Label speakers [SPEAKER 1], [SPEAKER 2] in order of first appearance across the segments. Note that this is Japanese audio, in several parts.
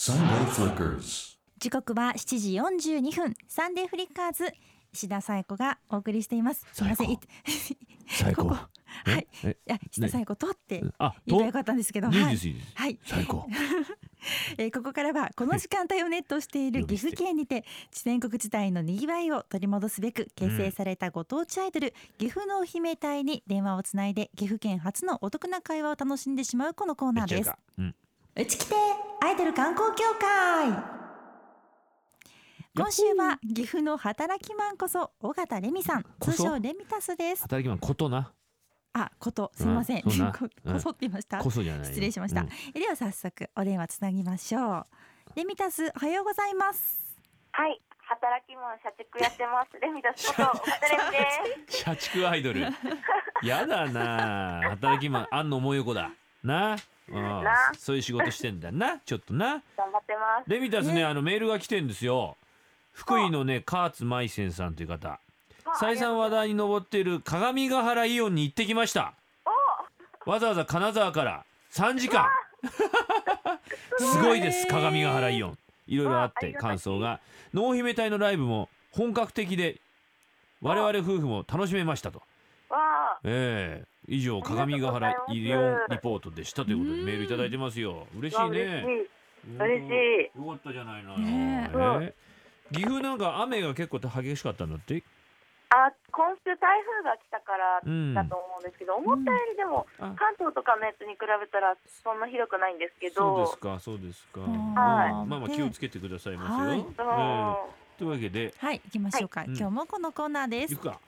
[SPEAKER 1] Sunday Flickers.
[SPEAKER 2] 時刻は7時42分サンデーフリッカーズ石田紗友子がお送りしていますすみません
[SPEAKER 3] 冴
[SPEAKER 2] い
[SPEAKER 3] 子最高
[SPEAKER 2] ここ
[SPEAKER 3] え
[SPEAKER 2] はい
[SPEAKER 3] え
[SPEAKER 2] や石田紗友子とって
[SPEAKER 3] あ
[SPEAKER 2] 言えばよ
[SPEAKER 3] と
[SPEAKER 2] かったんですけど
[SPEAKER 3] いい
[SPEAKER 2] は
[SPEAKER 3] ですいいです
[SPEAKER 2] はい、
[SPEAKER 3] 最高
[SPEAKER 2] えーここからはこの時間帯をネットして いる岐阜県にて全国時代のにぎわいを取り戻すべく結成されたご当地アイドル、岐阜のお姫隊に電話をつないで岐阜県初のお得な会話を楽しんでしまうこのコーナー
[SPEAKER 3] め
[SPEAKER 2] で
[SPEAKER 3] っち
[SPEAKER 2] す
[SPEAKER 3] ゃいいかうん
[SPEAKER 2] うちきてアイドル観光協会今週は岐阜の働きマンこそ尾形レミさん
[SPEAKER 3] こ
[SPEAKER 2] 通
[SPEAKER 3] そ
[SPEAKER 2] 称レミタスです
[SPEAKER 3] 働きマンことな
[SPEAKER 2] あことすいません、
[SPEAKER 3] うんそう な
[SPEAKER 2] こ
[SPEAKER 3] うん
[SPEAKER 2] こそって言いました
[SPEAKER 3] こそじゃないよ
[SPEAKER 2] 失礼しました、
[SPEAKER 3] うん
[SPEAKER 2] えでは早速お電話つなぎましょうレミタスおはようございます
[SPEAKER 4] はい、働き者社畜やってます。レミダスこと、おたれみです。
[SPEAKER 3] 社畜アイドルやだな働きマンあんの思い横だなうん
[SPEAKER 4] な
[SPEAKER 3] そういう仕事してんだなちょっとな
[SPEAKER 4] 頑張ってます。
[SPEAKER 3] レミタスねあのメールが来てんですよ福井のね加津舞仙さんという方
[SPEAKER 4] まあ
[SPEAKER 3] 再三話題に上っている鏡ヶ原イオンに行ってきましたわざわざ金沢から3時間すごいです鏡ヶ原イオンいろいろあっ
[SPEAKER 4] ああ
[SPEAKER 3] て
[SPEAKER 4] りがたい
[SPEAKER 3] 感想が濃姫隊のライブも本格的で我々夫婦も楽しめましたと
[SPEAKER 4] わあ、
[SPEAKER 3] ええ以上鏡ヶ原イオンリポートでしたということでメールいただいてますよ嬉し
[SPEAKER 4] わあ
[SPEAKER 3] いね
[SPEAKER 4] 嬉しい。嬉しい
[SPEAKER 3] よかったじゃないのよ、
[SPEAKER 2] ね
[SPEAKER 4] え
[SPEAKER 3] ええ岐阜なんか雨が結構激しかったんだって
[SPEAKER 4] あ、今週台風が来たから
[SPEAKER 3] うん
[SPEAKER 4] だと思うんですけど、思ったよりでも、
[SPEAKER 3] あ
[SPEAKER 4] 関東とかのやつに比べたら、そんなひどくないんですけ
[SPEAKER 3] そうで
[SPEAKER 4] ど
[SPEAKER 3] す。かそうですか、
[SPEAKER 2] はい
[SPEAKER 3] まあまあ
[SPEAKER 2] ね
[SPEAKER 3] 気をつけてくださいますよ、
[SPEAKER 2] はい
[SPEAKER 4] う
[SPEAKER 3] え
[SPEAKER 4] ん
[SPEAKER 3] えというわけで
[SPEAKER 2] はい行きましょうか、
[SPEAKER 3] うん
[SPEAKER 2] 今日もこのコーナーです
[SPEAKER 3] 行くか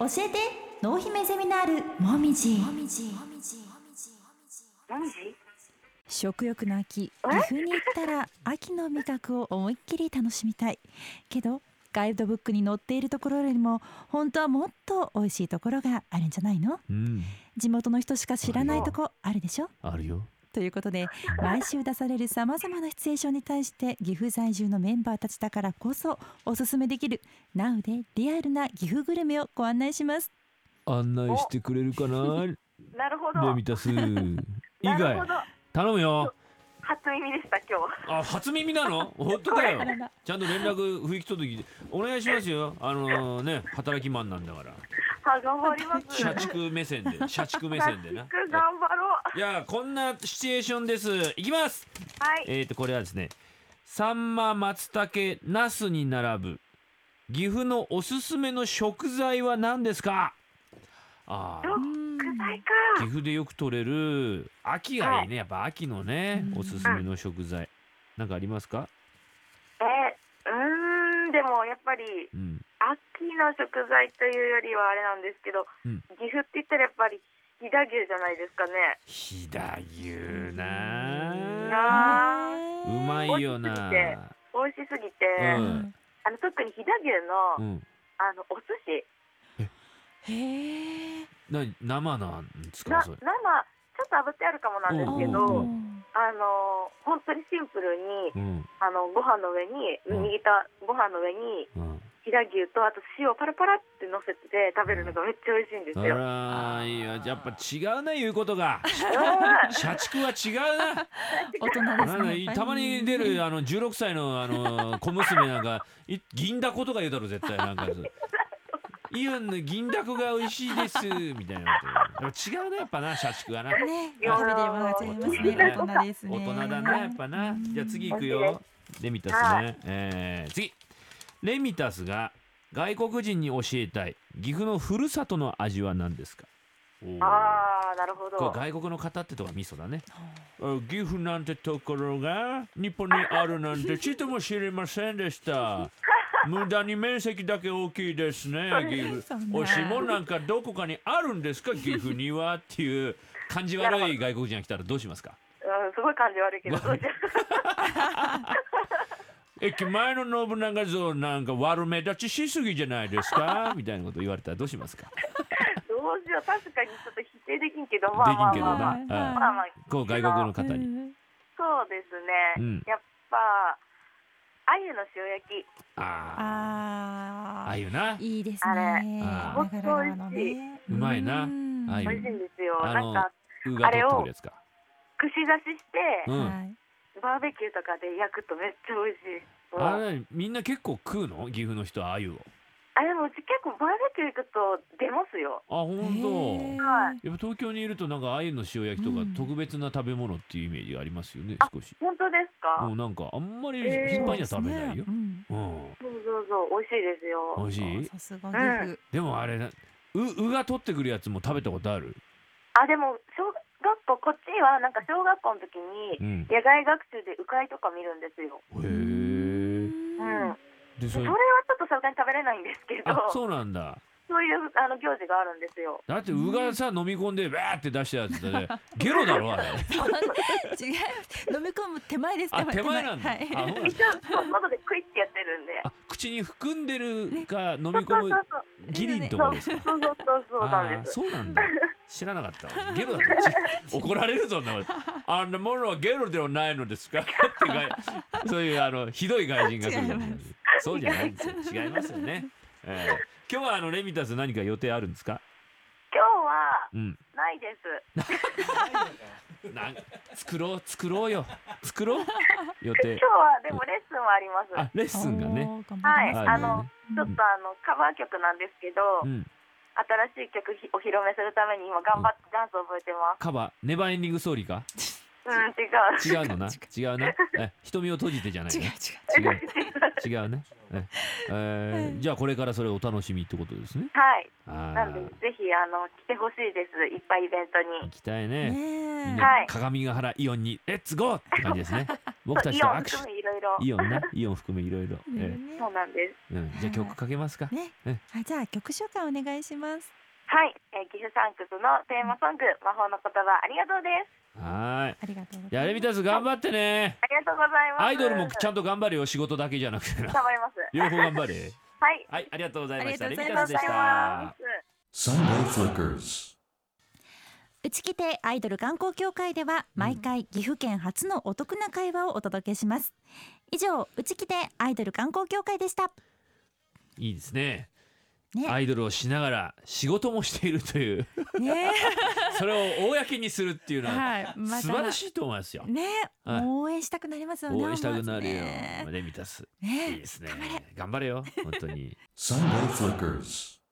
[SPEAKER 2] 教えて濃姫ゼミナールもみじ
[SPEAKER 4] 何時
[SPEAKER 2] 食欲の秋岐
[SPEAKER 4] え
[SPEAKER 2] 阜に行ったら秋の味覚を思いっきり楽しみたいけどガイドブックに載っているところよりも本当はもっと美味しいところがあるんじゃないの
[SPEAKER 3] うん
[SPEAKER 2] 地元の人しか知らないとこあるでしょ
[SPEAKER 3] あるよ
[SPEAKER 2] ということで毎週出されるさまざまなシチュエーションに対して岐阜在住のメンバーたちだからこそおすすめできる Now でリアルな岐阜グルメをご案内します
[SPEAKER 3] 案内してくれるかなレ
[SPEAKER 4] なるほど。
[SPEAKER 3] ミ タス以
[SPEAKER 4] なるほ
[SPEAKER 3] 外
[SPEAKER 4] ど。
[SPEAKER 3] 頼むよ
[SPEAKER 4] 初耳でした、今日。
[SPEAKER 3] あ初耳なの本当かよ
[SPEAKER 2] あらら
[SPEAKER 3] ちゃんと連絡振り切っといてきてお願いしますよあのね働きマンなんだから
[SPEAKER 4] あ、頑張ります。
[SPEAKER 3] 社畜目線 で社畜目線でな
[SPEAKER 4] 社畜頑張ろう。
[SPEAKER 3] いやこんなシチュエーションですいきます
[SPEAKER 4] はい。
[SPEAKER 3] えー、とこれはですねサンマ松茸ナスに並ぶ岐阜のおすすめの食材は何ですかあー
[SPEAKER 4] 具材か。
[SPEAKER 3] 岐阜でよく取れる秋がいいねやっぱ秋のね
[SPEAKER 2] うん
[SPEAKER 3] おすすめの食材なんかありますか
[SPEAKER 4] え、うーん、でもやっぱり、
[SPEAKER 3] うん
[SPEAKER 4] 秋の食材というよりはあれなんですけど、
[SPEAKER 3] うん
[SPEAKER 4] 岐阜って言ったらやっぱり飛騨牛じゃないですかね
[SPEAKER 3] 飛騨牛な
[SPEAKER 4] なあ
[SPEAKER 3] うまいよな
[SPEAKER 4] 美味しすぎて、
[SPEAKER 3] うん
[SPEAKER 4] あの特に飛騨牛
[SPEAKER 3] う
[SPEAKER 4] の,、
[SPEAKER 3] ん
[SPEAKER 4] あのお寿司
[SPEAKER 2] へえ
[SPEAKER 3] な生なんです
[SPEAKER 4] な
[SPEAKER 3] かそ
[SPEAKER 4] 生
[SPEAKER 3] れ
[SPEAKER 4] ちょっと炙ってあるかもなんですけど、
[SPEAKER 3] うん
[SPEAKER 4] あの本当にシンプルに
[SPEAKER 3] うん
[SPEAKER 4] あのご飯の上に
[SPEAKER 3] うん
[SPEAKER 4] 握ったご飯の上に
[SPEAKER 3] うん
[SPEAKER 4] 飛騨牛とあと塩をパラパラって乗せて食べるのがめっちゃ美味しいんです
[SPEAKER 3] あ
[SPEAKER 4] よ。
[SPEAKER 3] らーいややっぱ違うな言うことが
[SPEAKER 4] うん
[SPEAKER 3] 社畜は違うな
[SPEAKER 2] 大人で
[SPEAKER 3] な
[SPEAKER 2] す
[SPEAKER 3] んか
[SPEAKER 2] ねやっぱり
[SPEAKER 3] たまに出るあの16歳のあの小娘なんかい銀だことか言うだろ絶対なんかイオンの銀だこが美味しいですみたいなこと違うなやっぱな社畜はな
[SPEAKER 2] ね食べてるものが違いますね
[SPEAKER 3] 大人
[SPEAKER 2] 大人ですね
[SPEAKER 3] 大人だなやっぱなじゃあ次行くよレミタス
[SPEAKER 4] は
[SPEAKER 3] ね、えー、次レミタスが外国人に教えたい岐阜のふるさとの味は何ですかおー
[SPEAKER 4] あーなるほど
[SPEAKER 3] これ外国の方ってとこがミソだねあ岐阜なんてところが日本にあるなんてちっとも知りませんでした無駄に面積だけ大きいですね岐
[SPEAKER 2] そ
[SPEAKER 3] 阜
[SPEAKER 2] んな
[SPEAKER 3] おしもなんかどこかにあるんですか岐阜にはっていう感じ悪い外国人が来たらどうしますか
[SPEAKER 4] うん、すごい感じ悪いけど、どうしよう
[SPEAKER 3] 駅前の信長像なんか悪目立ちしすぎじゃないですかみたいなこと言われたらどうしますか
[SPEAKER 4] どうしよう、確かにちょっと否定できんけど、まあ
[SPEAKER 3] でき
[SPEAKER 4] ま
[SPEAKER 3] ん
[SPEAKER 4] あ
[SPEAKER 3] けど
[SPEAKER 4] まあまあ、
[SPEAKER 2] まあまあ
[SPEAKER 4] まあまあ、
[SPEAKER 3] こう外国の方
[SPEAKER 2] う
[SPEAKER 3] に
[SPEAKER 2] ん
[SPEAKER 4] そうですね、
[SPEAKER 3] うん
[SPEAKER 4] やっぱ、鮎の塩焼き、
[SPEAKER 3] ああ
[SPEAKER 2] あ
[SPEAKER 3] あ
[SPEAKER 2] あ
[SPEAKER 3] いうな
[SPEAKER 2] ーいいです
[SPEAKER 4] あ
[SPEAKER 2] ね
[SPEAKER 3] あ
[SPEAKER 4] ー
[SPEAKER 2] 長良川のね
[SPEAKER 3] うまいな
[SPEAKER 2] うん
[SPEAKER 3] ああいう
[SPEAKER 4] 美味しいんですよ、
[SPEAKER 3] あ
[SPEAKER 4] な
[SPEAKER 3] の
[SPEAKER 4] んか、
[SPEAKER 3] うが取ってくるやつか
[SPEAKER 4] 串刺しして、
[SPEAKER 3] うん
[SPEAKER 2] はい
[SPEAKER 4] バーベキューとかで焼くとめっちゃ美味しい。もう
[SPEAKER 3] あれみんな結構食うの岐阜の人は鮎を
[SPEAKER 4] あでもうち結構バーベキュー行くと出ますよ。
[SPEAKER 3] あ本
[SPEAKER 4] はい
[SPEAKER 3] 当。やっぱ東京にいるとなんか鮎の塩焼きとか
[SPEAKER 2] うん
[SPEAKER 3] 特別な食べ物っていうイメージがありますよね、
[SPEAKER 4] あ
[SPEAKER 3] 少し
[SPEAKER 4] 本当ですか、
[SPEAKER 3] もうなんかあんまり
[SPEAKER 4] えー
[SPEAKER 3] 頻繁には食べないよ
[SPEAKER 2] う、ん
[SPEAKER 3] うん
[SPEAKER 4] そうそうそう、美味しいですよ。
[SPEAKER 3] 美味しい
[SPEAKER 2] さすがです
[SPEAKER 3] でもあれなううが取ってくるやつも食べたことある
[SPEAKER 4] あ、でも、小学校、こっちはなんか小学校の時に
[SPEAKER 3] う、ん
[SPEAKER 4] 野外学習で鵜飼いとか見るんですよ。
[SPEAKER 3] へ
[SPEAKER 4] うん。
[SPEAKER 3] えでそ
[SPEAKER 4] それ
[SPEAKER 3] れ
[SPEAKER 4] はちょっとさすがに食べれないんですけど
[SPEAKER 3] あ、
[SPEAKER 4] そう
[SPEAKER 3] そうなんだ
[SPEAKER 4] いうあの行事があるんですよ。
[SPEAKER 3] だってうがさ飲み込んでわーって出したやつだねゲロだろあれ
[SPEAKER 2] 違う飲み込む手前です
[SPEAKER 3] あ手前なんだ、
[SPEAKER 2] はい
[SPEAKER 3] あほら
[SPEAKER 4] 一応、そう喉でクイってやってるんで。
[SPEAKER 3] あ口に含んでるか飲み
[SPEAKER 4] そうそ
[SPEAKER 3] 込
[SPEAKER 4] う
[SPEAKER 3] む
[SPEAKER 4] そうそう。
[SPEAKER 3] ギリンとこですか
[SPEAKER 4] そうそうそうそうなんです。
[SPEAKER 3] あーそうなんだ。知らなかったわ。ゲロだった。ち 怒られるぞ、そんなこと。あのものはゲロではないのですか って外そういうあのひどい外人が来
[SPEAKER 2] 違い
[SPEAKER 3] る
[SPEAKER 2] ます。
[SPEAKER 3] そうじゃないんですよ。違いますよね。えー今日はあのレミタス何か予定あるんですか。
[SPEAKER 4] 今日は
[SPEAKER 3] うん。
[SPEAKER 4] ないです。
[SPEAKER 3] なん作ろう作ろうよ。作ろう予
[SPEAKER 4] 今
[SPEAKER 3] 定
[SPEAKER 4] 日。はでもレッスンはあります。
[SPEAKER 3] あレッスンがね。
[SPEAKER 2] おー頑
[SPEAKER 4] は
[SPEAKER 2] 張
[SPEAKER 4] い、
[SPEAKER 2] りますね
[SPEAKER 3] な
[SPEAKER 4] あ
[SPEAKER 3] るほど
[SPEAKER 4] の
[SPEAKER 3] ね、
[SPEAKER 4] ちょっとあのカバー曲なんですけど、
[SPEAKER 3] うん。
[SPEAKER 4] 新しい曲ひお披露目するために今頑張ってダンス覚えてます。
[SPEAKER 3] カバーネバーエンディングストーリーか。
[SPEAKER 4] うん、違
[SPEAKER 3] 違
[SPEAKER 4] う。
[SPEAKER 3] うのな。違うな。え瞳を閉じてじゃない
[SPEAKER 2] 違う違う
[SPEAKER 3] ね。違う。違うね。ええーじゃあこれからそれをお楽しみってことですね。
[SPEAKER 4] はい、な
[SPEAKER 3] あ
[SPEAKER 4] んで
[SPEAKER 3] ー
[SPEAKER 4] ぜひあの来てほしいです。いっぱいイベント
[SPEAKER 3] 行
[SPEAKER 4] に。
[SPEAKER 3] きたいね。み
[SPEAKER 2] ね
[SPEAKER 3] んな
[SPEAKER 2] え
[SPEAKER 4] はい
[SPEAKER 3] 鏡ヶ原イオンにレッツゴーって感じですね。僕たちと
[SPEAKER 4] そうイオン
[SPEAKER 3] 握
[SPEAKER 4] 含
[SPEAKER 3] 手。
[SPEAKER 4] めいろいろ。
[SPEAKER 3] イオンね、イオン含めいろいろ。え
[SPEAKER 2] ね
[SPEAKER 4] そうなんです。
[SPEAKER 3] えうん、じゃあ曲かけますか。
[SPEAKER 2] ね
[SPEAKER 3] え
[SPEAKER 2] あじゃあ曲紹介お願いします
[SPEAKER 4] はい、えー、岐阜サンクスのテーマソング魔法の言葉ありがとうです。
[SPEAKER 3] はーい。
[SPEAKER 2] ありがとうご
[SPEAKER 3] や
[SPEAKER 2] ざ
[SPEAKER 3] れ
[SPEAKER 2] い
[SPEAKER 3] み
[SPEAKER 2] ます
[SPEAKER 3] たず頑張ってね。
[SPEAKER 4] ありがとうございます。
[SPEAKER 3] アイドルもちゃ
[SPEAKER 4] ん
[SPEAKER 3] んと頑張るよ。仕事だけじゃなくてな。
[SPEAKER 4] 頑張ります。
[SPEAKER 3] 両方頑張れ。
[SPEAKER 4] はい。
[SPEAKER 3] はい、ありがとうございました。
[SPEAKER 2] あ
[SPEAKER 3] レ
[SPEAKER 2] り
[SPEAKER 3] ミ
[SPEAKER 2] がとうござい
[SPEAKER 3] タ
[SPEAKER 2] ま
[SPEAKER 3] ス
[SPEAKER 2] す
[SPEAKER 3] でした。
[SPEAKER 1] Sunday
[SPEAKER 4] す。
[SPEAKER 1] Flickers.
[SPEAKER 2] うちきてアイドル観光協会では毎回岐阜県初のお得な会話をお届けします以上うちきてアイドル観光協会でした
[SPEAKER 3] いいですね。
[SPEAKER 2] ね
[SPEAKER 3] アイドルをしながら仕事もしているという、
[SPEAKER 2] ね
[SPEAKER 3] それを公にするっていうの は
[SPEAKER 2] はいまた
[SPEAKER 3] 素晴らしいと思いますよ。
[SPEAKER 2] ね
[SPEAKER 3] はい
[SPEAKER 2] もう応援したくなりますよね
[SPEAKER 3] 応援したくなるよ
[SPEAKER 2] 思わず。ね
[SPEAKER 3] レミタス。いい
[SPEAKER 2] ね
[SPEAKER 3] ですね。頑張れよ、本当に。
[SPEAKER 1] Sunday Flickers.